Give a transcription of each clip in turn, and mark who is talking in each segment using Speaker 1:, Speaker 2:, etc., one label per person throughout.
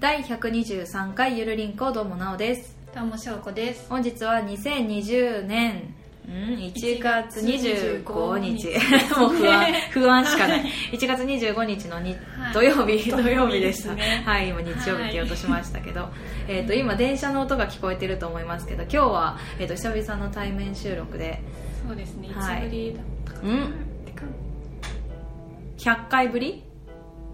Speaker 1: 第123回ゆるりんこどうもなおです
Speaker 2: どうもしょうこです
Speaker 1: 本日は2020年ん1月25日もう不安不安しかない1月25日のに、
Speaker 2: はい
Speaker 1: 土曜日 土
Speaker 2: 土曜日
Speaker 1: 曜日でした
Speaker 2: ですね
Speaker 1: はい今日曜日って言おうとしましたけど、えっと今電車の音が聞こえてると思いますけど今日は、えっと久々の対面収録で
Speaker 2: そうですねい
Speaker 1: はい
Speaker 2: つぶりだったかな、
Speaker 1: うん
Speaker 2: てか
Speaker 1: 100回ぶり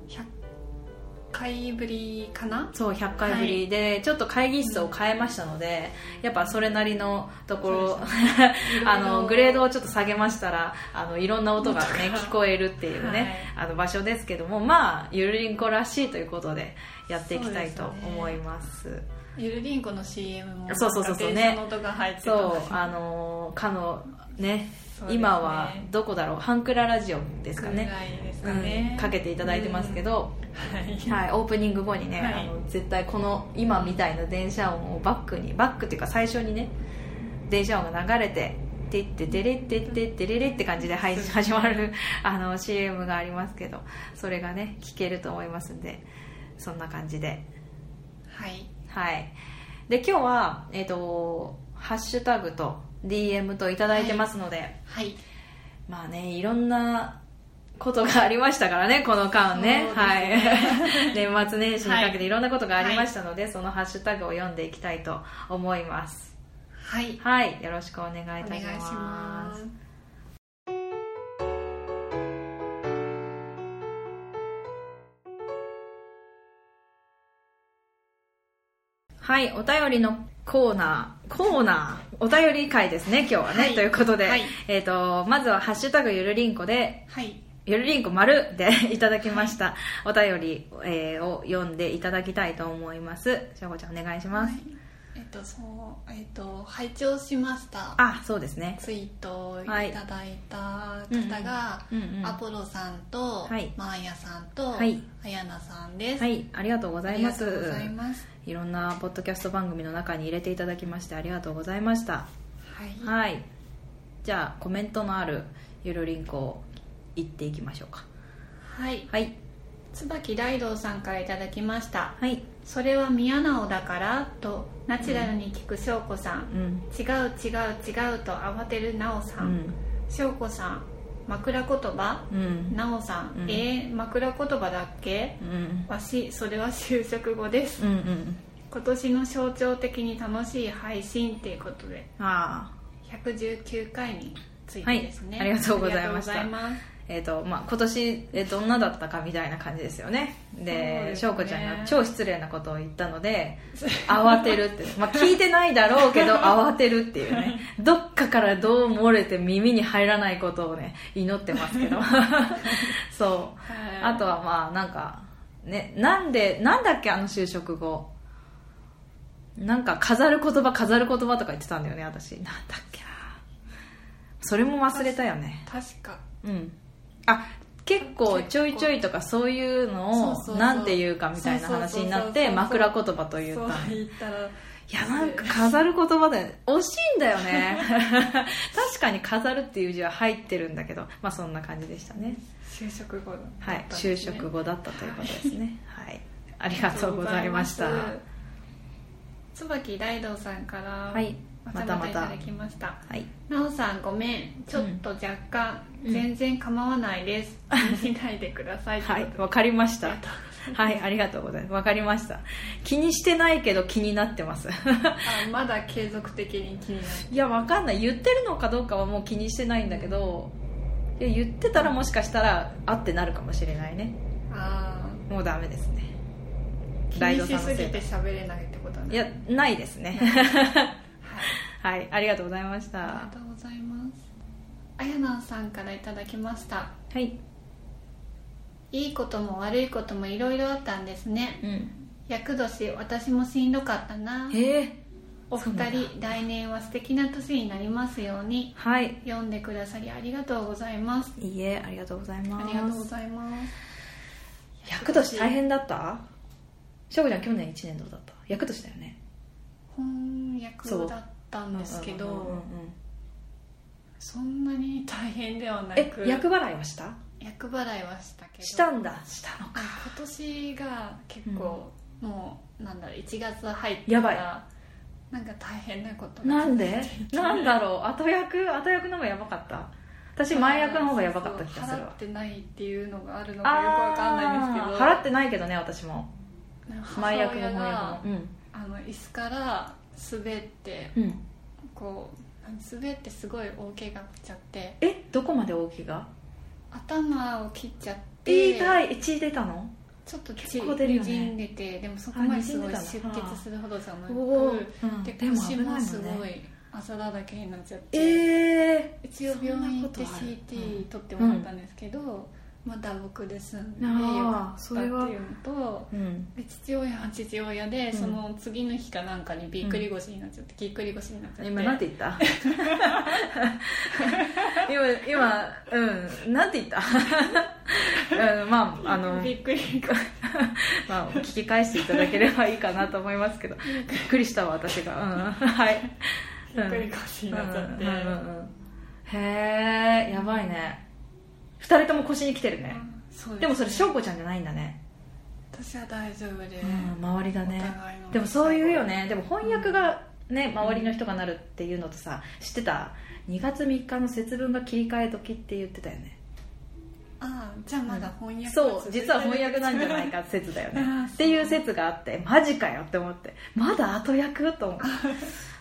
Speaker 2: 100回ぶりかな
Speaker 1: そう100回ぶりで、ちょっと会議室を変えましたのでやっぱそれなりのところ、
Speaker 2: そう
Speaker 1: あのグレードをちょっと下げましたらあのいろんな音が、ね、聞こえるっていうね、あの場所ですけどもまあゆるりんこらしいということでやっていきたいと思います
Speaker 2: ゆるりんこの CM も
Speaker 1: そうそうそうそう
Speaker 2: なんか電車の音が入ってた
Speaker 1: そう,、あのかのね
Speaker 2: そうですね
Speaker 1: 今はどこだろう半クララジオですか
Speaker 2: ぐら
Speaker 1: ね
Speaker 2: いですかね、
Speaker 1: うん、かけていただいてますけ
Speaker 2: ど、
Speaker 1: ど、
Speaker 2: はい
Speaker 1: はい、オープニング後にね、
Speaker 2: はい
Speaker 1: あの絶対この今みたいな電車音をバックにバックっていうか最初にね電車音が流れて「てっててれってってってれれ」って感じではい始まるあの CM がありますけどそれがね聞けると思いますんでそんな感じで
Speaker 2: はい
Speaker 1: はいで今日はえっ、とハッシュタグと DM といただいてますので、
Speaker 2: はい
Speaker 1: まあねいろんなことがありましたからね この間ね
Speaker 2: そうです
Speaker 1: はい 年末年始にかけていろんなことがありましたので、そのハッシュタグを読んでいきたいと思います
Speaker 2: はい
Speaker 1: はいよろしくお願いい
Speaker 2: お
Speaker 1: た
Speaker 2: 願い
Speaker 1: し
Speaker 2: し
Speaker 1: ます
Speaker 2: ます
Speaker 1: はいお便りのコーナーコーナーお便り会ですね今日はね、
Speaker 2: はい
Speaker 1: ということで、
Speaker 2: はい
Speaker 1: えっ、とまずは「ハッシュタグゆるりんこ」で
Speaker 2: はい
Speaker 1: ゆるりんこ丸で いただきました、お便り、えーを読んでいただきたいと思いますしょうこちゃんお願いします、
Speaker 2: はいえっとそうえっと拝聴しました
Speaker 1: あそうですね
Speaker 2: ツイートをい
Speaker 1: はい
Speaker 2: ただいた方
Speaker 1: うんうん
Speaker 2: が、
Speaker 1: うんうん
Speaker 2: アポロさんと、
Speaker 1: はい
Speaker 2: マーヤさんと、
Speaker 1: はい
Speaker 2: あやなさんです、
Speaker 1: はいありがとうご
Speaker 2: あ
Speaker 1: ざい
Speaker 2: り
Speaker 1: ま
Speaker 2: が
Speaker 1: す
Speaker 2: とうございます
Speaker 1: いろんなポッドキャスト番組の中に入れていただきましてありがとうございました
Speaker 2: はい、
Speaker 1: はいじゃあコメントのあるゆるりんこ行っていきましょうか
Speaker 2: はい、
Speaker 1: はい
Speaker 2: 椿大道さんからいただきました
Speaker 1: はい
Speaker 2: それは宮直だからとナチュラルに聞く翔子さん、
Speaker 1: うん
Speaker 2: 違う違う違うと慌てる奈緒
Speaker 1: う
Speaker 2: さん
Speaker 1: ん
Speaker 2: 翔子、さん枕言葉
Speaker 1: うん
Speaker 2: 奈緒さん、
Speaker 1: うん
Speaker 2: えー、枕言葉だっけ
Speaker 1: うん
Speaker 2: わしそれは就職後です
Speaker 1: うんうん
Speaker 2: 今年の象徴的に楽しい配信っていうことで
Speaker 1: ああ
Speaker 2: 119回についてですね、
Speaker 1: はいありがとうございました
Speaker 2: ありがとうございま
Speaker 1: えーとまあ、今年、えーどんなだったかみたいな感じですよね
Speaker 2: そう
Speaker 1: で
Speaker 2: ですね
Speaker 1: 翔子、ちゃんが超失礼なことを言ったので慌てるって、まあ、聞いてないだろう けど慌てるっていうねどっかからどう漏れて耳に入らないことをね祈ってます けどそう
Speaker 2: すは
Speaker 1: あ
Speaker 2: い
Speaker 1: とはまあなんかねなんでなんだっけあの就職後なんか飾る言葉飾る言葉とか言ってたんだよね私なんだっけなそれも忘れたよね
Speaker 2: 確か
Speaker 1: うん、あ結構ちょいちょいとかそういうの
Speaker 2: そうそうそ
Speaker 1: を
Speaker 2: う
Speaker 1: なんて言うかみたいな話になって
Speaker 2: そうそうそうそう
Speaker 1: 枕言葉という
Speaker 2: そう
Speaker 1: か
Speaker 2: 言ったら
Speaker 1: いやなんか飾る言葉で惜しいんだよ ね確かに飾るっていう字は入ってるんだけどまあそんな感じでしたね
Speaker 2: 就職後だった
Speaker 1: はい就職
Speaker 2: 後
Speaker 1: 後だったということです ねはいありがとうございました
Speaker 2: 椿大道さんから
Speaker 1: はい
Speaker 2: ま
Speaker 1: ま
Speaker 2: た
Speaker 1: た
Speaker 2: ま
Speaker 1: ま
Speaker 2: たいた
Speaker 1: た
Speaker 2: だきました
Speaker 1: はい
Speaker 2: なおさんごめんちょっと若干、
Speaker 1: うん
Speaker 2: 全然構わないです気にしないでください
Speaker 1: はい
Speaker 2: というこ
Speaker 1: わかりまし
Speaker 2: と
Speaker 1: た
Speaker 2: で
Speaker 1: はいありがとうございますわかりました気にしてないけど気になってます
Speaker 2: あまだ継続的に気になる
Speaker 1: いやわかんない言ってるのかどうかはもう気にしてないんだけどいや言ってたらもしかしたらあってなるかもしれないね
Speaker 2: あ
Speaker 1: もうダメですね
Speaker 2: あ気
Speaker 1: ライ
Speaker 2: に
Speaker 1: ドさ
Speaker 2: し
Speaker 1: んのせ
Speaker 2: す
Speaker 1: い
Speaker 2: ぎて
Speaker 1: で
Speaker 2: 喋れないってこと
Speaker 1: い
Speaker 2: ね
Speaker 1: やないです ね
Speaker 2: はい
Speaker 1: はいありがとうございまし
Speaker 2: あ
Speaker 1: た
Speaker 2: りがとうございますあやなんさんからいただきました
Speaker 1: はい
Speaker 2: いいことも悪いこともいろいろあったんですね
Speaker 1: うん
Speaker 2: 厄年私もしんどかったな
Speaker 1: へえ
Speaker 2: お
Speaker 1: そうな
Speaker 2: 二
Speaker 1: ん
Speaker 2: 人来年は素敵な年になりますように
Speaker 1: はい
Speaker 2: 読んでくださりありがとうございます
Speaker 1: いいえありがとうござい
Speaker 2: あ
Speaker 1: ます
Speaker 2: りがとうございます
Speaker 1: 厄年大変だった翔子ちゃん去年1年どうだった厄年だよね
Speaker 2: 翻訳だったんですけ
Speaker 1: うんうんうんう
Speaker 2: ど
Speaker 1: ん
Speaker 2: そんなに大変ではな
Speaker 1: え
Speaker 2: く
Speaker 1: 厄払いはした
Speaker 2: 厄払いはしたけど
Speaker 1: したんだしたの
Speaker 2: 今年が結構もうなんだろう1月入って
Speaker 1: やばい
Speaker 2: なんか大変なことが
Speaker 1: なん でなんだろう後役後役の方がやばかった私前役の方がやばかった気がする
Speaker 2: 払
Speaker 1: わ
Speaker 2: ってないっていうのがあるのかよくわかんないんです
Speaker 1: あ
Speaker 2: け
Speaker 1: ー
Speaker 2: ど
Speaker 1: 払ってないけどね私も前
Speaker 2: 前
Speaker 1: 役
Speaker 2: 役
Speaker 1: も
Speaker 2: の
Speaker 1: 前役
Speaker 2: が
Speaker 1: もうん
Speaker 2: あの椅子から滑って
Speaker 1: うん
Speaker 2: こう滑ってすごい大怪我しちゃって
Speaker 1: えどこまで大きが
Speaker 2: 頭を切っちゃって
Speaker 1: 痛い血出たの
Speaker 2: ちょっと血
Speaker 1: 結構出る
Speaker 2: に
Speaker 1: よね
Speaker 2: じんでてでもそこまですごい
Speaker 1: あに
Speaker 2: 出
Speaker 1: じんでたんだ
Speaker 2: 血するほどじゃな
Speaker 1: お
Speaker 2: く
Speaker 1: うん
Speaker 2: で
Speaker 1: でも
Speaker 2: 腰
Speaker 1: 危な
Speaker 2: も
Speaker 1: い
Speaker 2: す
Speaker 1: もん
Speaker 2: ご
Speaker 1: ね
Speaker 2: いあざらだけになっちゃって、
Speaker 1: え
Speaker 2: 一応病院行って
Speaker 1: そんなことある
Speaker 2: CT 取ってもらったんですけど、まあ打撲で済んで
Speaker 1: あ
Speaker 2: よ
Speaker 1: ー
Speaker 2: かった
Speaker 1: そ
Speaker 2: って
Speaker 1: れ
Speaker 2: いう
Speaker 1: は
Speaker 2: のと
Speaker 1: ーうん
Speaker 2: で父親は父親で、
Speaker 1: うん
Speaker 2: その次の日かなんかにびっくり腰になっちゃって、ぎっくり腰になっちゃって
Speaker 1: 今なんて言った 今今うんなんて言った うんまああの
Speaker 2: びっくり
Speaker 1: まあ、聞き返していただければいいかなと思いますけどびっくりしたわ私が、うん、 はい
Speaker 2: ぎっくり腰になっちゃって、
Speaker 1: うんうんうんうんへえやばいね2人とも腰に来てるね
Speaker 2: そうす
Speaker 1: でもそれ翔子ちゃんじゃないんだね、
Speaker 2: 私は大丈夫で、
Speaker 1: うん、周りだ
Speaker 2: お
Speaker 1: ね
Speaker 2: 互いの
Speaker 1: でもそういうよねでも翻訳がね周りの人がなるっていうのとさ知ってた2月3日の節分が切り替え時って言ってたよね
Speaker 2: ああじゃあまだ翻訳
Speaker 1: そう実は翻訳なんじゃない か説だよねっていう説があってマジかよって思ってまだ後役と思って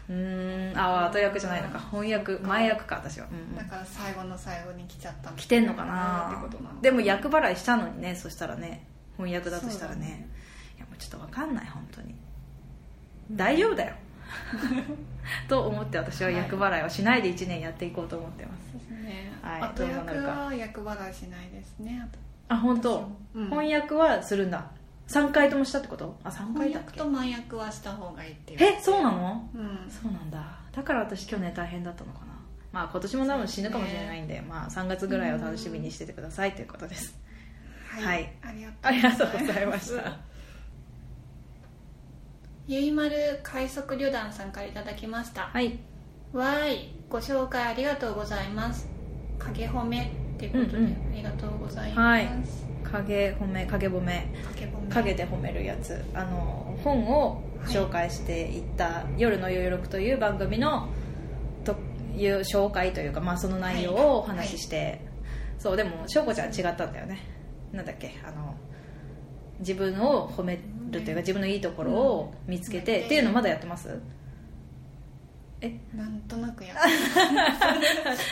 Speaker 1: うーんああ後役じゃないのか翻訳前役か私は、うん
Speaker 2: だから最後の最後に来ちゃった
Speaker 1: 来てんのかな
Speaker 2: ってことなの
Speaker 1: でも役払いしたのにねそしたらね翻訳だとしたらねいやもうちょっと分かんない本当に大丈夫だよ と思って私は役払いはしないで1年やっていこうと思ってます、
Speaker 2: そうですね、
Speaker 1: はい
Speaker 2: 後役
Speaker 1: どうなる
Speaker 2: は役払いしないですね
Speaker 1: あ本当、
Speaker 2: うん
Speaker 1: 翻訳はするんだ3回ともしたってことあ三3回
Speaker 2: 翻
Speaker 1: だっけ
Speaker 2: 訳と満役はした方がいいっていう
Speaker 1: えそうなの
Speaker 2: うん
Speaker 1: そうなんだだから私去年大変だったのかなまあ今年も多分死ぬかもしれないんで、まあ3月ぐらいを楽しみにしててくださいということですはい
Speaker 2: ありがとう
Speaker 1: ありがとうございました
Speaker 2: ゆいまる快速旅団さんからいただきました
Speaker 1: はい
Speaker 2: わーいご紹介ありがとうございます影褒めってことで、
Speaker 1: うんうん
Speaker 2: ありがとうござい
Speaker 1: はい
Speaker 2: ます、
Speaker 1: 影褒め影褒め
Speaker 2: 影褒め
Speaker 1: 影で褒めるやつあの本を紹介していった「夜の余力」という番組のという紹介というか、まあ、その内容をお話しして、そうでも翔子ちゃんは違ったんだよねなんだっけあの自分を褒めるというか自分のいいところを見つけて、
Speaker 2: うん
Speaker 1: っていうのまだやってます
Speaker 2: なんとなくやっ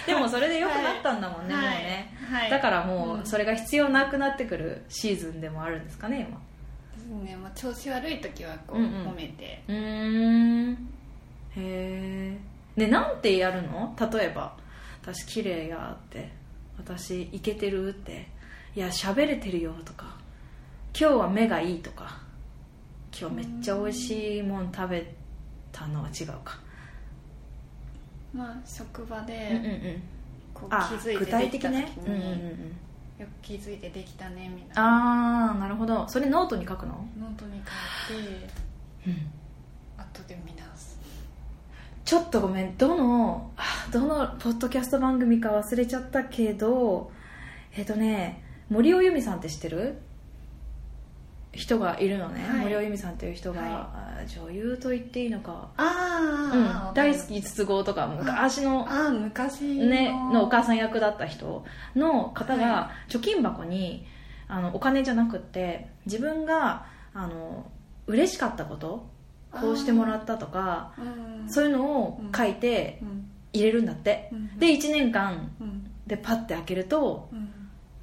Speaker 1: でもそれで良くなったんだもんね、もうね、
Speaker 2: はいはい、
Speaker 1: だからも
Speaker 2: うん
Speaker 1: うそれが必要なくなってくるシーズンでもあるんですかね今
Speaker 2: ですね、まあ、調子悪い時はこう
Speaker 1: うんうん
Speaker 2: 褒めて、
Speaker 1: うーんへえでなんてやるの例えば「私綺麗や」って「私イケてる」って「いや喋れてるよ」とか「今日は目がいい」とか「今日めっちゃ美味しいもん食べたのは違うか」
Speaker 2: まあ職場
Speaker 1: うんうんう
Speaker 2: で
Speaker 1: ん
Speaker 2: こう気
Speaker 1: あ
Speaker 2: づい
Speaker 1: 具
Speaker 2: てで
Speaker 1: 体
Speaker 2: き
Speaker 1: 的
Speaker 2: た時に、
Speaker 1: ねうんうんうん
Speaker 2: よく気づいてできたねみたいな
Speaker 1: ああなるほどそれノートに書くの、
Speaker 2: ノートに書いて
Speaker 1: うん
Speaker 2: 後で見直す
Speaker 1: ちょっとごめんどのあどのポッドキャスト番組か忘れちゃったけどえっ、とね森尾由美さんって知ってる人がいるのね、
Speaker 2: はい
Speaker 1: 森尾由美さんっていう人が、
Speaker 2: はい
Speaker 1: あ女優と言っていいのか、
Speaker 2: あ
Speaker 1: うん、大好き筒香とか昔の
Speaker 2: ああ昔の,、
Speaker 1: ね、のお母さん役だった人の方が貯金箱にあのお金じゃなくって自分があの嬉しかったことこうしてもらったとか
Speaker 2: ん、うん、
Speaker 1: そういうのを書いて
Speaker 2: うん
Speaker 1: 入れるんだって
Speaker 2: うん、
Speaker 1: で1年間
Speaker 2: うん
Speaker 1: でパッて開けると
Speaker 2: うん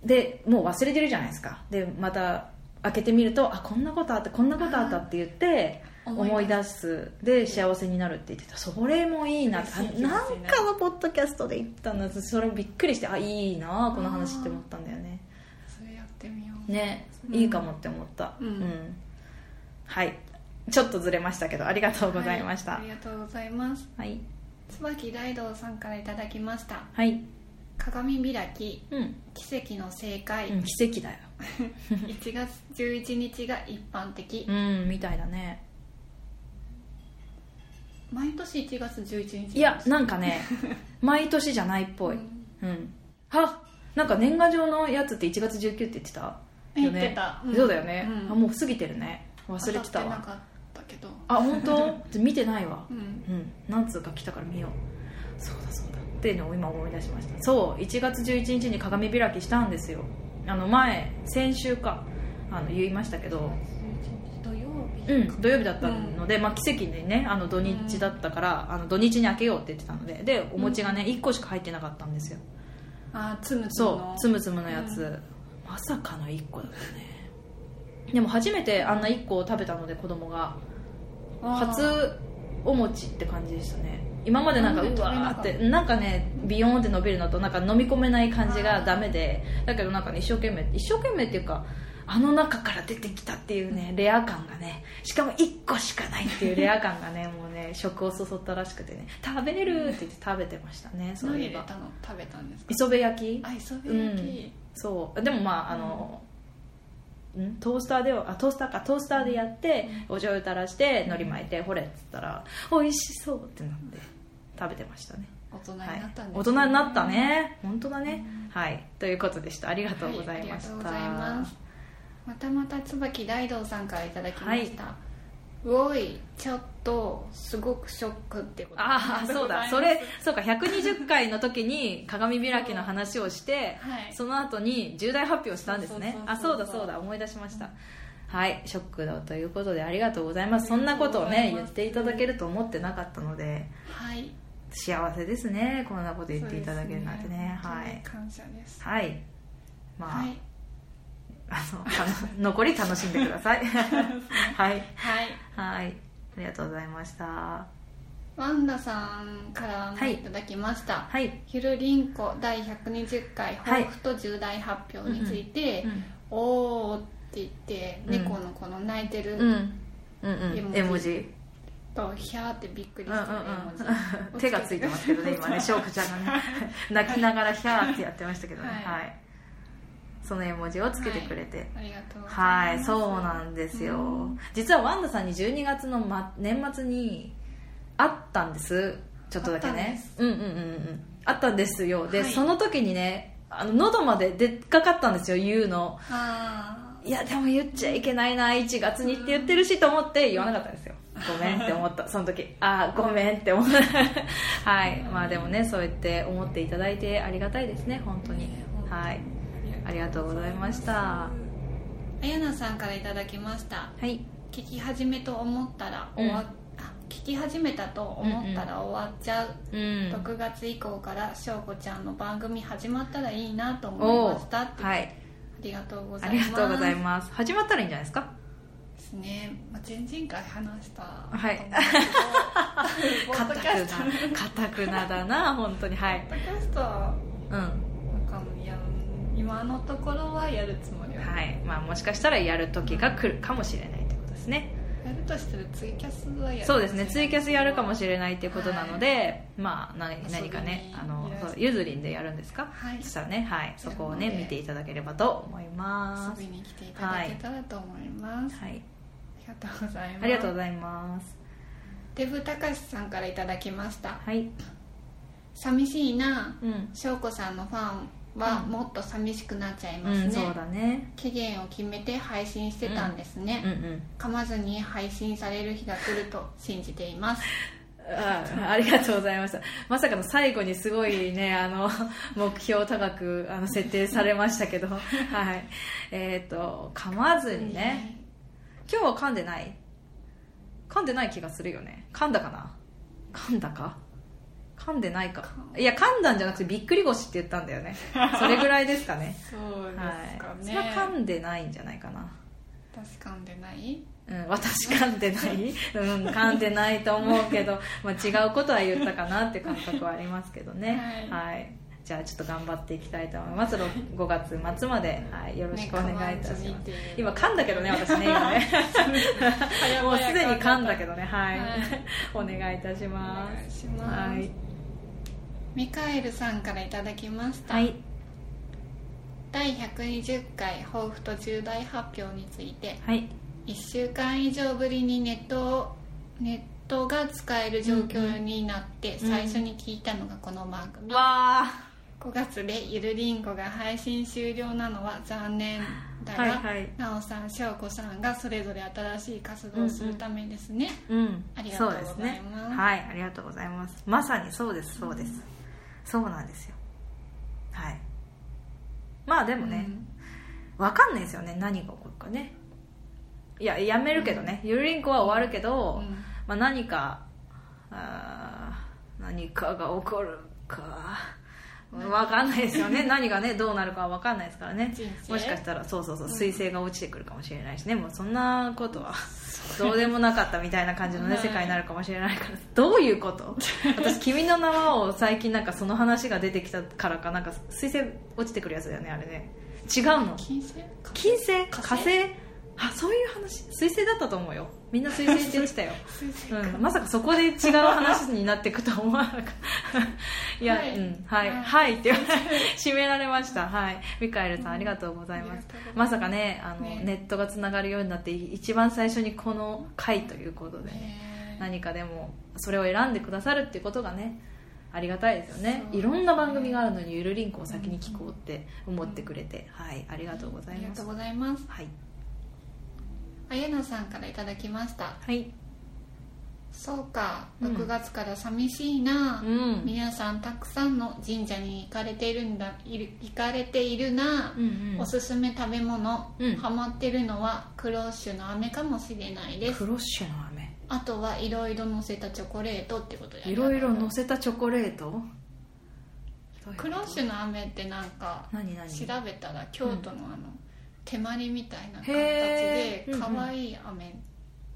Speaker 1: でもう忘れてるじゃないですかでまた開けてみるとあこんなことあったこんなことあったって言って思い出すで幸せになるって言ってたそれもいいな
Speaker 2: 嬉しいで
Speaker 1: あ
Speaker 2: すね
Speaker 1: なんかのポッドキャストで言ったんだそれびっくりしてあいいなこの話って思ったんだよね
Speaker 2: それやってみよう、
Speaker 1: ね
Speaker 2: うん
Speaker 1: いいかもって思った
Speaker 2: うん
Speaker 1: はいちょっとずれましたけどありがとうございました
Speaker 2: はありがとうございます
Speaker 1: はい
Speaker 2: 椿ライドウさんからいただきました
Speaker 1: はい
Speaker 2: 鏡開き
Speaker 1: うん
Speaker 2: 奇跡の正解、
Speaker 1: うん奇跡だよ
Speaker 2: 1月11日が一般的、
Speaker 1: うんみたいだね
Speaker 2: 毎年1月11日
Speaker 1: いやなんか ね毎年じゃないっぽいうんあなんか年賀状のやつって1月19って言ってたよね
Speaker 2: 言ってたうん
Speaker 1: そうだよね、
Speaker 2: うん
Speaker 1: あもう過ぎてるね忘れてた
Speaker 2: 当たっ
Speaker 1: わ
Speaker 2: てなかったけど
Speaker 1: あ本 当見てないわ
Speaker 2: うん
Speaker 1: うん何通か来たから見ようそうだそうだっていうのを今思い出しましたそう1月11日に鏡開きしたんですよあの前先週かあの言いましたけど
Speaker 2: 土曜日
Speaker 1: うん、土曜日だったので、まあ、奇跡にねあの土日だったから、あの土日に開けようって言ってたのででお餅がね1個しか入ってなかったんですよ、
Speaker 2: あつむつむ
Speaker 1: そ
Speaker 2: の
Speaker 1: うつむつむのやつ、
Speaker 2: う
Speaker 1: まさかの1個だったねでも初めてあんな1個を食べたので子供が
Speaker 2: あー
Speaker 1: 初お餅って感じでしたね今までなんか
Speaker 2: なん
Speaker 1: う
Speaker 2: で
Speaker 1: わ
Speaker 2: 食べな
Speaker 1: ー
Speaker 2: か
Speaker 1: っ
Speaker 2: った
Speaker 1: てなんかねビヨーンって伸びるのとなんか飲み込めない感じがダメでだけどなんかね一生懸命一生懸命っていうかあの中から出てきたっていうねレア感がねしかも1個しかないっていうレア感がね もうね食をそそったらしくてね食べれるって言って食べてましたねそう
Speaker 2: 何
Speaker 1: い
Speaker 2: 入
Speaker 1: え
Speaker 2: れ
Speaker 1: ば
Speaker 2: たの食べたんですか
Speaker 1: 磯辺焼き
Speaker 2: あ磯辺焼き
Speaker 1: そうでもまああの、んトースターではあトースターかトースターでやって、お醤油垂らして海苔巻いてほれっつったら美味しそうってなって食べてましたね
Speaker 2: 大人に
Speaker 1: はい
Speaker 2: なったんですね
Speaker 1: 大人になったね本当だね、はいということでしたありがとうございました、
Speaker 2: はい、ありがとうございますまたまた椿大道さんからいただきました、うおいちょっとすごくショックってこと
Speaker 1: ああそうだそれそうか120回の時に鏡開きの話をして、
Speaker 2: はい
Speaker 1: その後に重大発表したんですねあ
Speaker 2: そ
Speaker 1: そうう
Speaker 2: そうそうそ
Speaker 1: だ
Speaker 2: う
Speaker 1: そうだ思い出しました、はいショックだということでありがとうございますそんなことを
Speaker 2: あり
Speaker 1: ね
Speaker 2: がとうござい
Speaker 1: 言
Speaker 2: ま
Speaker 1: っ
Speaker 2: す
Speaker 1: ていただけると思ってなかったので
Speaker 2: はい
Speaker 1: 幸せですねこんなこと言っていただけるなんてね
Speaker 2: そう
Speaker 1: は
Speaker 2: ですね
Speaker 1: い
Speaker 2: 感謝です
Speaker 1: はいまあ、
Speaker 2: はい
Speaker 1: あのあの 残り楽しんでくださ いはい
Speaker 2: はい
Speaker 1: はいありがとうございました
Speaker 2: ワンダさんからも
Speaker 1: はい
Speaker 2: いただきました、
Speaker 1: はい、
Speaker 2: ゆるりんこ第120回
Speaker 1: はい
Speaker 2: 抱負と重大発表について
Speaker 1: うん
Speaker 2: 「おー」って言って、
Speaker 1: うん
Speaker 2: 猫のこの泣いて
Speaker 1: う
Speaker 2: る
Speaker 1: ん、うんうん絵
Speaker 2: 絵
Speaker 1: 文
Speaker 2: 文
Speaker 1: 字
Speaker 2: と「ひゃー」ってびっくり
Speaker 1: う
Speaker 2: し
Speaker 1: ん
Speaker 2: て
Speaker 1: う
Speaker 2: る
Speaker 1: ん
Speaker 2: 絵文
Speaker 1: う
Speaker 2: 字
Speaker 1: ん手 がついてますけ どね今ね翔子ちゃんがね 泣きながらヒャーってやってましたけどね
Speaker 2: はい
Speaker 1: はいその絵文字をつけてくれて
Speaker 2: ありがとうござい
Speaker 1: は
Speaker 2: ます
Speaker 1: いそうなんです
Speaker 2: う
Speaker 1: よ
Speaker 2: ん
Speaker 1: 実はワンダさんに12月のま年末に会ったんですちょっとだけ
Speaker 2: 会ったんで
Speaker 1: ね
Speaker 2: す
Speaker 1: うんうんうんうん会ったんですよで
Speaker 2: はい
Speaker 1: その時にねあの喉まで出っかかったんですよ言うの
Speaker 2: あ
Speaker 1: いやでも言っちゃいけないな1月にって言ってるしと思って言わなかったんですよごめんって思ったその時ああごめんって思ったはいまあでもねそうやって思っていただいてありがたいですね本当にはいありがとうございましたは
Speaker 2: ーあやなさんからいただきました
Speaker 1: い
Speaker 2: 聞き始めと思ったら終わ、
Speaker 1: うん
Speaker 2: あ聞き始めたと思ったら終わっちゃう、
Speaker 1: うん
Speaker 2: 6月以降からしょうこちゃんの番組始まったらいいなと思いましたって、
Speaker 1: はい
Speaker 2: ありがとうござ
Speaker 1: あ
Speaker 2: いま
Speaker 1: り
Speaker 2: す
Speaker 1: がとうございます始まったらいいんじゃないですか
Speaker 2: ですね、まあ、前々回話した
Speaker 1: はい
Speaker 2: ポ
Speaker 1: か
Speaker 2: ッ
Speaker 1: た
Speaker 2: ド
Speaker 1: く
Speaker 2: キャスト
Speaker 1: なかたくなだな本当にはい
Speaker 2: ポッドキャストは
Speaker 1: うん
Speaker 2: なんかもうや今のところはやるつもりは、
Speaker 1: はいまあもしかしたらやる時が来るかもしれないってことですね
Speaker 2: やるとしたらツイキャスはやる
Speaker 1: そうですねツイキャスやるかも
Speaker 2: れ
Speaker 1: しれないっていうことなので、まあな何かねあのそうゆずりんでやるんですか
Speaker 2: はい
Speaker 1: そしたらねはいそこをね
Speaker 2: やるので
Speaker 1: 見ていただければと思いま
Speaker 2: 遊
Speaker 1: す
Speaker 2: びに来ていただけたらと思います、
Speaker 1: はい
Speaker 2: ありがとうございます
Speaker 1: ありがとうございます
Speaker 2: デブたかしさんからいただきました
Speaker 1: はい
Speaker 2: 寂しいな
Speaker 1: うん、
Speaker 2: しょうこさんのファンはもっと寂しくなっちゃいま
Speaker 1: う
Speaker 2: すね、
Speaker 1: ん、そうだね
Speaker 2: 期限を決めて配信してたんですね、
Speaker 1: うんうん
Speaker 2: 噛まずに配信される日が来ると信じています
Speaker 1: あありがとうございましたまさかの最後にすごいねあ の目標高くあの設定されました けどはいえっ、と噛まずにね今日は噛んでない噛んでない気がするよね噛んだかな噛んだか噛んでないかいや噛んだんじゃなくてびっくり腰って言ったんだよねそれぐらいですかね
Speaker 2: そう
Speaker 1: はいそれは噛んでないんじゃないかな
Speaker 2: 確かんでない
Speaker 1: うん、私噛んでないうん噛んでないと思うけど、 まあ、違うことは言ったかなって感覚はありますけどね
Speaker 2: は
Speaker 1: はい、じゃあちょっと頑張っていきたいと思いますろ5月末まで、はい、よろしくお願いいたしま
Speaker 2: ね噛まず
Speaker 1: す
Speaker 2: にっていう
Speaker 1: 今噛んだけどね私ね今ねもうすでに噛んだけどねはい、
Speaker 2: はい
Speaker 1: お願いいたし
Speaker 2: お
Speaker 1: ま
Speaker 2: 願いし
Speaker 1: す
Speaker 2: ます、
Speaker 1: はい
Speaker 2: ミカエルさんからいただきました、
Speaker 1: はい
Speaker 2: 第120回抱負と重大発表について
Speaker 1: はい
Speaker 2: 1週間以上ぶりにネットをネットが使える状況になって
Speaker 1: うん
Speaker 2: 最初に聞いたのがこの番組、
Speaker 1: わあ
Speaker 2: 5月でゆるりんごが配信終了なのは残念だが、
Speaker 1: はいはい
Speaker 2: なおさんしょうこさんがそれぞれ新しい活動をするためですね、
Speaker 1: うん
Speaker 2: ありがとうございます
Speaker 1: そうですねはいありがとうございますまさにそうですそうです、そうなんですよはいまあでもね、わかんないですよね何が起こるかねいややめるけどね、ゆるりんこは終わるけ
Speaker 2: う
Speaker 1: ど、
Speaker 2: んうん
Speaker 1: まあ、何かあー何かが起こるかわかんないですよ ね何がねどうなるかはわかんないですからね
Speaker 2: 人生
Speaker 1: もしかしたらそうそうそう
Speaker 2: うん
Speaker 1: 彗星が落ちてくるかもしれないしねもうそんなことはどうでもなかったみたいな感じのね
Speaker 2: はい
Speaker 1: 世界になるかもしれないからどういうこと私「君の名は」を最近なんかその話が出てきたからかなんか彗星落ちてくるやつだよねあれね違うの
Speaker 2: 金星か
Speaker 1: 金星
Speaker 2: 火
Speaker 1: 火
Speaker 2: 星
Speaker 1: 星あそういう話彗星だったと思うよみんな彗星って言ってたよ
Speaker 2: 水星か
Speaker 1: うん、まさかそこで違う話になっていくとは思わなかったいや、
Speaker 2: はい
Speaker 1: うんはい
Speaker 2: はい
Speaker 1: はいって言われ締められましたはいミカエルさんありがとうござい
Speaker 2: あり
Speaker 1: ま
Speaker 2: が
Speaker 1: す
Speaker 2: とうございます
Speaker 1: まさかねあの
Speaker 2: ね
Speaker 1: ネットがつながるようになって一番最初にこの回ということでね
Speaker 2: ね
Speaker 1: 何かでもそれを選んでくださるっていうことがねありがたいですよね
Speaker 2: そう
Speaker 1: いろんな番組があるのにゆるりんこを先に聞こうって思ってくれてはいありがとうござ
Speaker 2: あ
Speaker 1: い
Speaker 2: りが
Speaker 1: ま
Speaker 2: と
Speaker 1: す
Speaker 2: うございます
Speaker 1: はい
Speaker 2: あやなさんからいただきました
Speaker 1: はい
Speaker 2: そうか
Speaker 1: うん
Speaker 2: 6月から寂しいな、
Speaker 1: うん
Speaker 2: 皆さんたくさんの神社に行かれているんだいる行かれているな、
Speaker 1: うんう
Speaker 2: お
Speaker 1: ん
Speaker 2: すすめ食べ物、
Speaker 1: うん
Speaker 2: ハマってるのはクロッシュの飴かもしれないです
Speaker 1: クロッシュの飴
Speaker 2: あとはいろいろ乗せたチョコレートってことで
Speaker 1: いろいろ乗せたチョコレート
Speaker 2: クロッシュの飴ってなんか
Speaker 1: 何何
Speaker 2: 調べたら京都のあの、手まりみたいな形
Speaker 1: へ
Speaker 2: で
Speaker 1: ーうんうん
Speaker 2: 可愛い飴、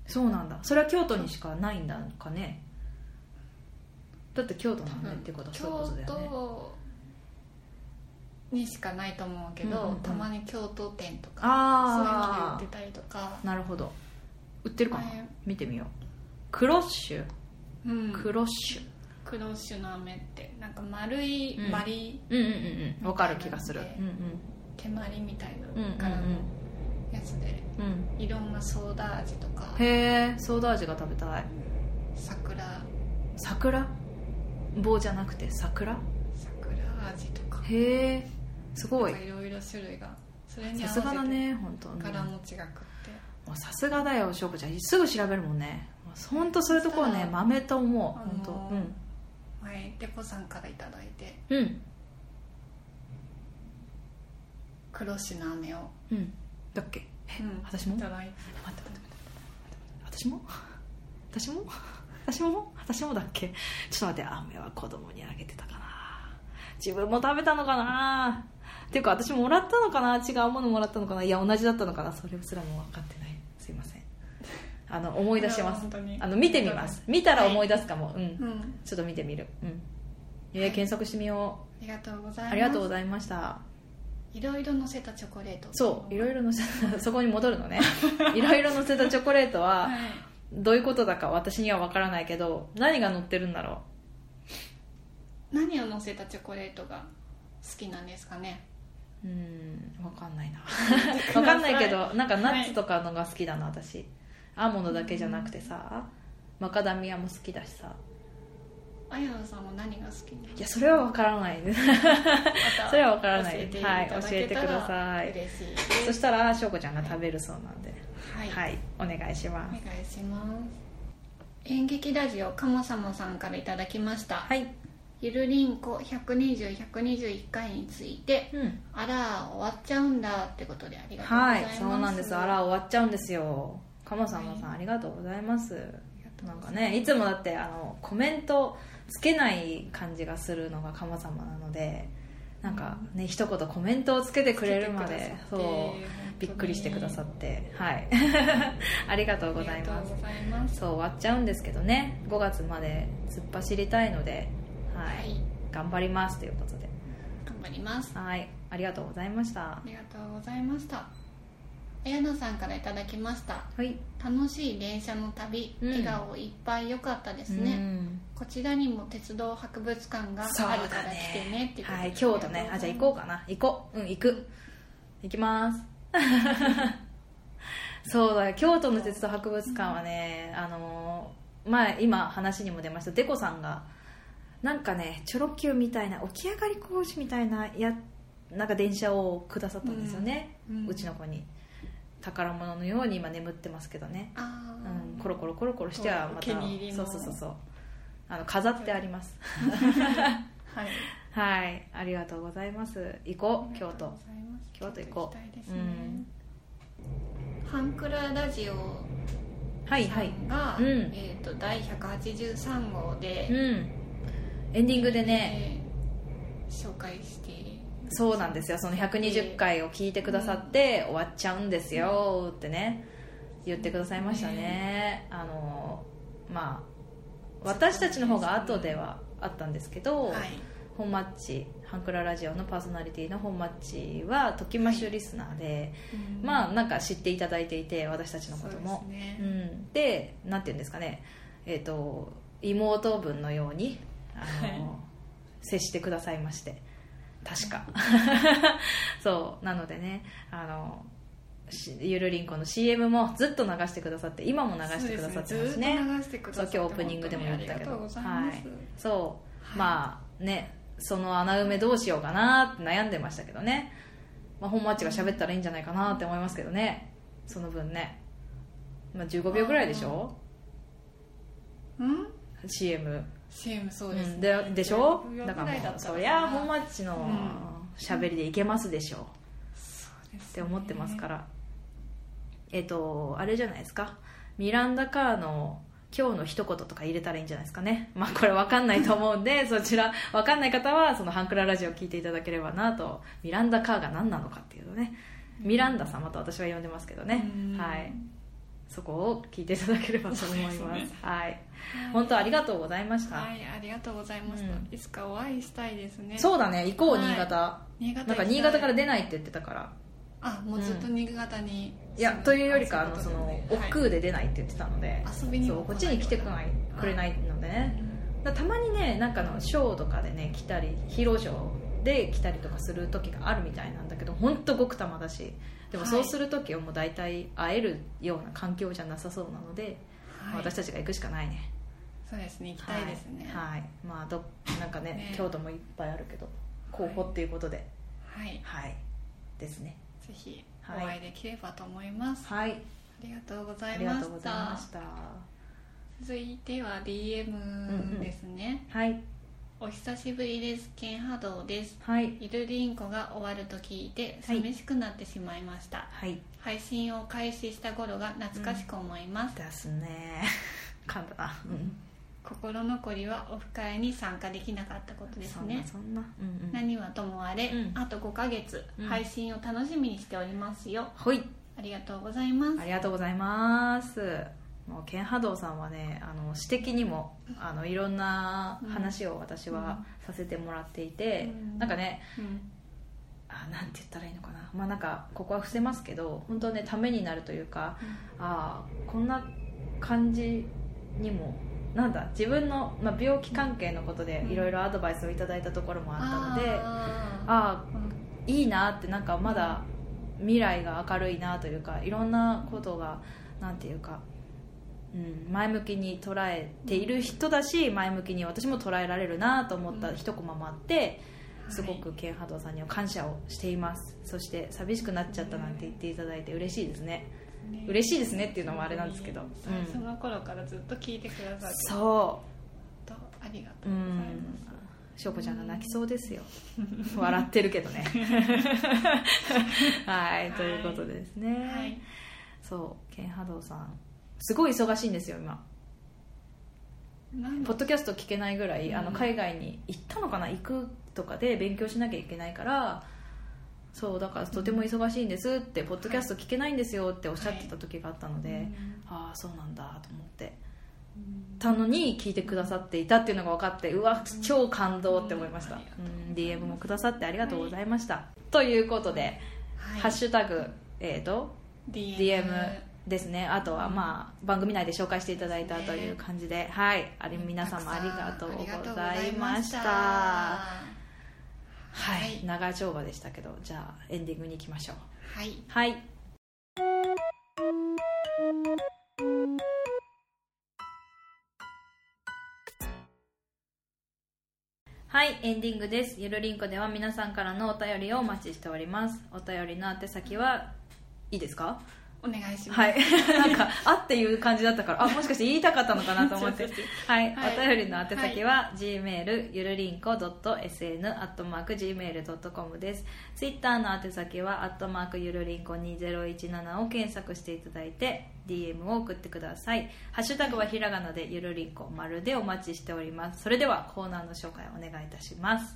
Speaker 1: そうなんだそれは京都にしかないんだかねだって京都の飴ってことはそういうことだよ
Speaker 2: 京
Speaker 1: ね
Speaker 2: 都にしかないと思うけど、
Speaker 1: うんうんうん
Speaker 2: たまに京都店とか
Speaker 1: あー
Speaker 2: そういうので売ってたりとか
Speaker 1: なるほど売ってるかな、
Speaker 2: はい
Speaker 1: 見てみようクロッシュ
Speaker 2: うん
Speaker 1: クロッシュ、
Speaker 2: クロッシュの飴ってなんか丸い
Speaker 1: うん
Speaker 2: まり、
Speaker 1: うん、うんうんうんわかる気がする
Speaker 2: なんで
Speaker 1: うん
Speaker 2: 手まりみたい
Speaker 1: うんうん
Speaker 2: なからのやつで
Speaker 1: うんうん
Speaker 2: いろんなソーダ味とか
Speaker 1: へえソーダ味が食べたい
Speaker 2: 桜
Speaker 1: 桜棒じゃなくて桜
Speaker 2: 桜味とか
Speaker 1: へえすごい
Speaker 2: なんかいろいろ種類がそれに合
Speaker 1: さ
Speaker 2: わ
Speaker 1: す
Speaker 2: せて
Speaker 1: がだね本当に
Speaker 2: 柄も違くって
Speaker 1: もうさすがだよ翔子ちゃんすぐ調べるもんね本当そういうところね
Speaker 2: さ
Speaker 1: 豆と思う本当
Speaker 2: あのー前デコさんから頂いただいて
Speaker 1: うんうん
Speaker 2: クロッシュの飴を、
Speaker 1: うんだっけ
Speaker 2: うん
Speaker 1: 私も
Speaker 2: いただいて
Speaker 1: 待って待って待って待って私も私も私も私もだっけちょっと待って飴は子供にあげてたかな自分も食べたのかなっていうか私もらったのかな違うものもらったのかないや同じだったのかなそれすらも分かってないすいませんあの思い出します
Speaker 2: いや本当に
Speaker 1: あの見てみます見たら思い出すかも、うん
Speaker 2: うん
Speaker 1: ちょっと見てみる。うん。えー検索してみよう。
Speaker 2: ありがとうございます
Speaker 1: ありがとうご
Speaker 2: い
Speaker 1: ざいました。
Speaker 2: ろいろ乗せたチョコレート
Speaker 1: そう、いろ
Speaker 2: ろ
Speaker 1: いろ載せた、 そこに戻るのね。いろいろ載せたチョコレートは、
Speaker 2: はい
Speaker 1: どういうことだか私にはわからないけど、何が載ってるんだろ
Speaker 2: 何を乗せたチョコレートが好きなんですかね
Speaker 1: う。うーん、わかんないな。 わかんないけ ど、なんかナッツとかのが好きだな、私。アーモンドだけじゃなくてさ、マカダミアも好きだしさ。
Speaker 2: あやのさんは何が好きなの
Speaker 1: いや、それはわからないです。
Speaker 2: また
Speaker 1: それはわからない
Speaker 2: 教えて
Speaker 1: はい
Speaker 2: いただけたら
Speaker 1: 教えてください
Speaker 2: 嬉しい
Speaker 1: そ
Speaker 2: です
Speaker 1: したら、しょうこちゃんが食べるそうなんで。
Speaker 2: はい、
Speaker 1: はい、お願いし
Speaker 2: お
Speaker 1: ま
Speaker 2: 願
Speaker 1: す。
Speaker 2: いします演劇ラジオかもさまさんからいただきました、
Speaker 1: はい。
Speaker 2: ゆるりんこ120121回について
Speaker 1: うん。
Speaker 2: あら終わっちゃうんだってことでありがとうござ
Speaker 1: はいい
Speaker 2: ます、
Speaker 1: そうなんですあら終わっちゃうんですよかまさまさん、
Speaker 2: は
Speaker 1: ありがとうございます
Speaker 2: りがとうござ
Speaker 1: ないんか
Speaker 2: ます
Speaker 1: ねいつもだってあのコメントつけない感じがするのがかまさまなのでなんかね、一言コメントをつけてくれるま
Speaker 2: 来て
Speaker 1: で
Speaker 2: くださって
Speaker 1: そうびっくりしてくださってはい ありがとうござい
Speaker 2: あ
Speaker 1: ま
Speaker 2: り
Speaker 1: す
Speaker 2: がとうございます
Speaker 1: そう終わっちゃうんですけどね5月まで突っ走りたいので
Speaker 2: は
Speaker 1: はい、
Speaker 2: い
Speaker 1: 頑張りますということで
Speaker 2: 頑張ります
Speaker 1: はいありがとうございました
Speaker 2: ありがとうございましたあやなさんからいただきました
Speaker 1: はい
Speaker 2: 楽しい電車の旅、
Speaker 1: うん
Speaker 2: 笑顔いっぱい良かったです
Speaker 1: う
Speaker 2: ね、
Speaker 1: ん
Speaker 2: こちらにも鉄道博物館があ
Speaker 1: そうだ
Speaker 2: るから来てねっていうことで
Speaker 1: はい京都ねあじゃあ行こうかな行こううん行く行きます そうだよ京都の鉄道博物館はね、あのーまあ今話にも出ましたデコさんがなんかねチョロ Q みたいな起き上がり講師みたいなやなんか電車をくださったんですよね、
Speaker 2: う
Speaker 1: うんちの子に宝物のように今眠ってますけどね、
Speaker 2: あ
Speaker 1: うん、
Speaker 2: ー
Speaker 1: コロコロコロコロしてはま
Speaker 2: お
Speaker 1: た
Speaker 2: 気に入り
Speaker 1: そ
Speaker 2: の
Speaker 1: うそうそうそうあの飾ってあります
Speaker 2: はい
Speaker 1: はいありがとうございます行こう京都京
Speaker 2: 京都
Speaker 1: 都
Speaker 2: 行
Speaker 1: 行
Speaker 2: こ
Speaker 1: こ
Speaker 2: う
Speaker 1: う
Speaker 2: 行きたいですね、ハンクララジオ
Speaker 1: はいはい
Speaker 2: が、
Speaker 1: うん
Speaker 2: えー、と第183号
Speaker 1: うん
Speaker 2: で、
Speaker 1: エンディングでね
Speaker 2: えー紹介して
Speaker 1: そうなんですよその120回を聞いてくださって終わっちゃうんですよってね言ってくださいましたねあのまあ私たちの方が後ではあったんですけど、
Speaker 2: はい
Speaker 1: 本マッチハンクララジオのパーソナリティの本マッチはときましゅリスナーで、まあなんか知っていただいていて私たちのことも
Speaker 2: そうですね
Speaker 1: うん、でなんて言うんですかねえっ、と妹分のようにあの、
Speaker 2: は
Speaker 1: 接してくださいまして確 かそうなのでねあのしゆるりんこの CM もずっと流してくださって今も流してくださってますね
Speaker 2: そうですねずーっと流してくだ
Speaker 1: そ
Speaker 2: さ
Speaker 1: う
Speaker 2: って
Speaker 1: 今日オープニングでも言ったけど
Speaker 2: 本当にありがとうございます、
Speaker 1: はいそう、
Speaker 2: はい
Speaker 1: まあねその穴埋めどうしようかなって悩んでましたけどね、まあ、本マッチが喋ったらいいんじゃないかなって思いますけどねその分ね、まあ、15秒ぐらいでしょ
Speaker 2: うん
Speaker 1: CM
Speaker 2: シームそうです、ね
Speaker 1: んででしょ
Speaker 2: 15
Speaker 1: だから
Speaker 2: ぐ
Speaker 1: も
Speaker 2: っ
Speaker 1: う
Speaker 2: たか
Speaker 1: そ
Speaker 2: な
Speaker 1: りゃ本マッチの
Speaker 2: うん
Speaker 1: 喋りでいけますでしょう、
Speaker 2: そうですね
Speaker 1: って思ってますからえっ、とあれじゃないですかミランダカーの今日の一言とか入れたらいいんじゃないですかねまあこれわかんないと思うん でそちらわかんない方はそのハンクララジオ聞いていただければなとミランダカーが何なのかっていうのねミランダ様と私は呼んでますけどね
Speaker 2: うん
Speaker 1: はいそこを聞いていただければと思います
Speaker 2: そうですね
Speaker 1: はい本当ありがとうございました、
Speaker 2: はいありがとうございました、
Speaker 1: うん
Speaker 2: いつかお会いしたいですね
Speaker 1: そうだね行こう
Speaker 2: はい
Speaker 1: 新潟、
Speaker 2: 新潟行
Speaker 1: な
Speaker 2: きた
Speaker 1: ん
Speaker 2: い
Speaker 1: か新潟から出ないって言ってたから
Speaker 2: あもうずっと新潟に、
Speaker 1: いやというよりかあのそ
Speaker 2: は
Speaker 1: の
Speaker 2: い
Speaker 1: 億劫で出ないって言ってたので
Speaker 2: 遊びに
Speaker 1: そう
Speaker 2: も
Speaker 1: こっちに来てくないくれないのでねだからたまにねなんかのショーとかでね来たり披露ショーで来たりとかする時があるみたいなんだけど本当ごくたまだしでも
Speaker 2: はい
Speaker 1: そうする時はもう大体会えるような環境じゃなさそうなので、まあ
Speaker 2: はい
Speaker 1: 私たちが行くしかないね
Speaker 2: そうですね行きたいですね
Speaker 1: はい、はいまあどなんかね
Speaker 2: ね
Speaker 1: 京都もいっぱいあるけど候補っていうことで
Speaker 2: はい、
Speaker 1: はい、ですね
Speaker 2: ぜひお
Speaker 1: はい
Speaker 2: 会いできればと思います、
Speaker 1: はい
Speaker 2: ありがとうござ
Speaker 1: あ
Speaker 2: い
Speaker 1: りが
Speaker 2: ま
Speaker 1: とう
Speaker 2: し
Speaker 1: ござい
Speaker 2: た
Speaker 1: ました
Speaker 2: 続いて
Speaker 1: ん
Speaker 2: は
Speaker 1: う
Speaker 2: DM
Speaker 1: ん
Speaker 2: ですね、
Speaker 1: はい
Speaker 2: お久しぶりですケン波動です
Speaker 1: はい
Speaker 2: ゆるりんこが終わると聞いて
Speaker 1: はい
Speaker 2: 寂しくなってしまいました、
Speaker 1: はい
Speaker 2: 配信を開始した頃が懐かしく思います、
Speaker 1: ですね噛んだな、うん、
Speaker 2: 心残りはオフ会に参加できなかったことですね
Speaker 1: そんなそんな、うんうん、
Speaker 2: 何はともあれ、
Speaker 1: うん
Speaker 2: あと5ヶ月、
Speaker 1: うん
Speaker 2: 配信を楽しみにしておりますよ
Speaker 1: ほい
Speaker 2: ありがとうございます
Speaker 1: ありがとうございますもうケンハドウさんはねあの私的にもあのいろんな話を私はさせてもらっていて、
Speaker 2: うん
Speaker 1: なんかね
Speaker 2: うん
Speaker 1: あなんて言ったらいいのかなまあなんかここは伏せますけど本当ねためになるというかああこんな感じにもなんだ自分の、まあ、病気関係のことでいろいろアドバイスをいただいたところもあったので、あ
Speaker 2: あ
Speaker 1: あ
Speaker 2: ーうん
Speaker 1: いいなってなんかまだ未来が明るいなというかいろんなことがなんていうか、うん、前向きに捉えている人だし前向きに私も捉えられるなと思った一コマもあってすごくケンハドさんには感謝をしていますそして寂しくなっちゃったなんて言っていただいて嬉しいですね嬉しいですねっていうのもあれなんですけど
Speaker 2: 本当
Speaker 1: う
Speaker 2: に
Speaker 1: ん
Speaker 2: その頃からずっと聞いてくださって本
Speaker 1: そ
Speaker 2: 当ありがと
Speaker 1: うう
Speaker 2: うございます、
Speaker 1: ん翔子ちゃんが泣きそうですよ笑ってるけ どねはいということでですね、
Speaker 2: はい
Speaker 1: そうケンハドウさんすごい忙しいんですよ今
Speaker 2: なん
Speaker 1: ポッドキャスト聞けないぐらい、
Speaker 2: うん
Speaker 1: あの海外に行ったのかな行くとかで勉強しなきゃいけないからそうだからとても忙しいんですって、ポッドキャスト聞けないんですよっておっしゃってた時があったので、ああそうなんだと思ってたのに聞いてくださっていたっていうのが分かってうわ超感動って思いました、うん、DM もくださってありがとうございました、ということで、ハッシュタグえっ、と DM ですねあとはまあ番組内で紹介していただいたという感じではいあれ皆様ありがとうございましたはい、
Speaker 2: はい
Speaker 1: 長丁場でしたけどじゃあエンディングに行きましょう
Speaker 2: はい
Speaker 1: はいはいエンディングですゆるりんこでは皆さんからのお便りをお待ちしておりますお便りの宛先はいいですか
Speaker 2: お願いします、
Speaker 1: はい、なんか「あ」っていう感じだったからあもしかして言いたかったのかなと思って
Speaker 2: そうそう
Speaker 1: はい、
Speaker 2: はい
Speaker 1: お便りの宛先は、gmail ゆるりんこ .sn.gmail.com ですツイッターの宛先は「アットマークゆるりんこ2017」を検索していただいて DM を送ってくださいハッシュタグはひらがなでゆるりんこまるでお待ちしておりますそれではコーナーの紹介お願いいたします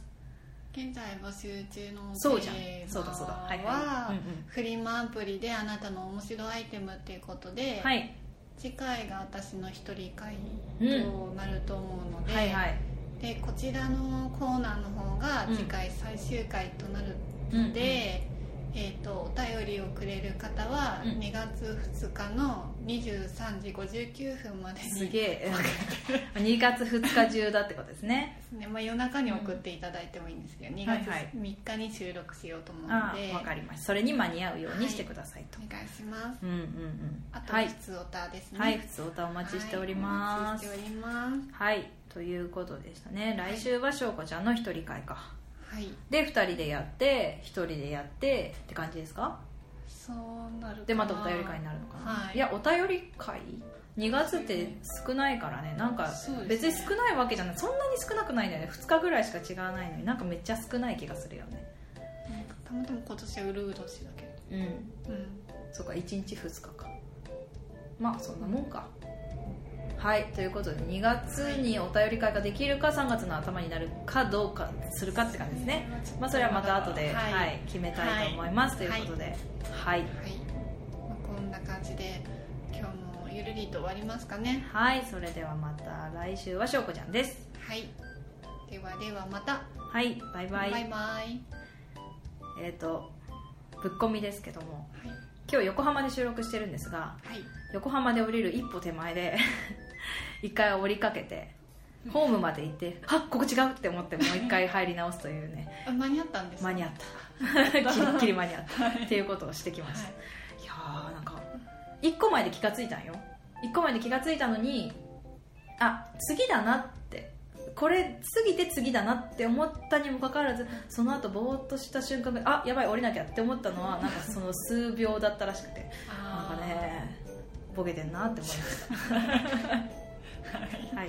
Speaker 2: 現在募集中の
Speaker 1: そうじゃん
Speaker 2: テーマ
Speaker 1: そうだそうだはいはい
Speaker 2: は
Speaker 1: うんうん
Speaker 2: フリマアプリであなたの面白アイテムっていうことで、
Speaker 1: はい、
Speaker 2: 次回が私の一人会
Speaker 1: うん
Speaker 2: となると思うので,、
Speaker 1: はいはい
Speaker 2: でこちらのコーナーの方が
Speaker 1: うん
Speaker 2: 次回最終回となる
Speaker 1: うん
Speaker 2: ので、えー、とお便りをくれる方は
Speaker 1: うん
Speaker 2: 2月2日の23時59分までに
Speaker 1: すげえ2月2日中だってことですね
Speaker 2: ねまあ、夜中に送っていただいてもいいんですけど、2月
Speaker 1: はいはい
Speaker 2: 3日に収録しようと思うので、
Speaker 1: ああわかりましたそれに間に合うようにしてくださいと、
Speaker 2: お願いします
Speaker 1: うんうんうん
Speaker 2: あと
Speaker 1: は
Speaker 2: はい普、通オタですね
Speaker 1: はい、普通お歌お
Speaker 2: お
Speaker 1: 待ちしております
Speaker 2: お
Speaker 1: はい
Speaker 2: 待ちしております
Speaker 1: ということでしたね来週は翔子ちゃんの一人会か
Speaker 2: はい
Speaker 1: で2人でやって1人でやってって感じですか
Speaker 2: そうなるかな
Speaker 1: でまたお便り会になるのかな、
Speaker 2: はい
Speaker 1: いやお便り会2月って少ないからねなんか
Speaker 2: そうです
Speaker 1: 別
Speaker 2: ね
Speaker 1: に少ないわけじゃないそんなに少なくないんだよね2日ぐらいしか違わないのになんかめっちゃ少ない気がするよね
Speaker 2: なんかたまたま今年はうるう年だけ
Speaker 1: うん
Speaker 2: ど、うん、
Speaker 1: そうか1日2日かまあそんなもんかはいということで2月にお便り会ができるか3月の頭になるかどうかするかって感じですねまあそれはまた後で、はい
Speaker 2: はい、
Speaker 1: 決めたいと思います、
Speaker 2: はい
Speaker 1: ということではいはい、
Speaker 2: はいまあこんな感じで今日もゆるりと終わりますかね
Speaker 1: それではまた来週はしょうこちゃんです
Speaker 2: はいではではまた
Speaker 1: はいバイバイ
Speaker 2: バイバイ、
Speaker 1: えっ、とぶっ込みですけども
Speaker 2: はい
Speaker 1: 今日横浜で収録してるんですが
Speaker 2: はい
Speaker 1: 横浜で降りる一歩手前で 一回降りかけてホームまで行って「あここ違う!」って思ってもう一回入り直すという ね
Speaker 2: あ間に合ったんですか
Speaker 1: 間に合 ったギリッギリ間に合った、っていうことをしてきました、
Speaker 2: はい
Speaker 1: い、やーなんか一個前で気がついたんよ一個前で気がついたのにあ次だなってこれ過ぎて次だなって思ったにもかかわらずその後ぼーっとした瞬間があやばい降りなきゃって思ったのはなんかその数秒だったらしくて
Speaker 2: あ
Speaker 1: なん
Speaker 2: ー
Speaker 1: かねボケてんなって思いましたはい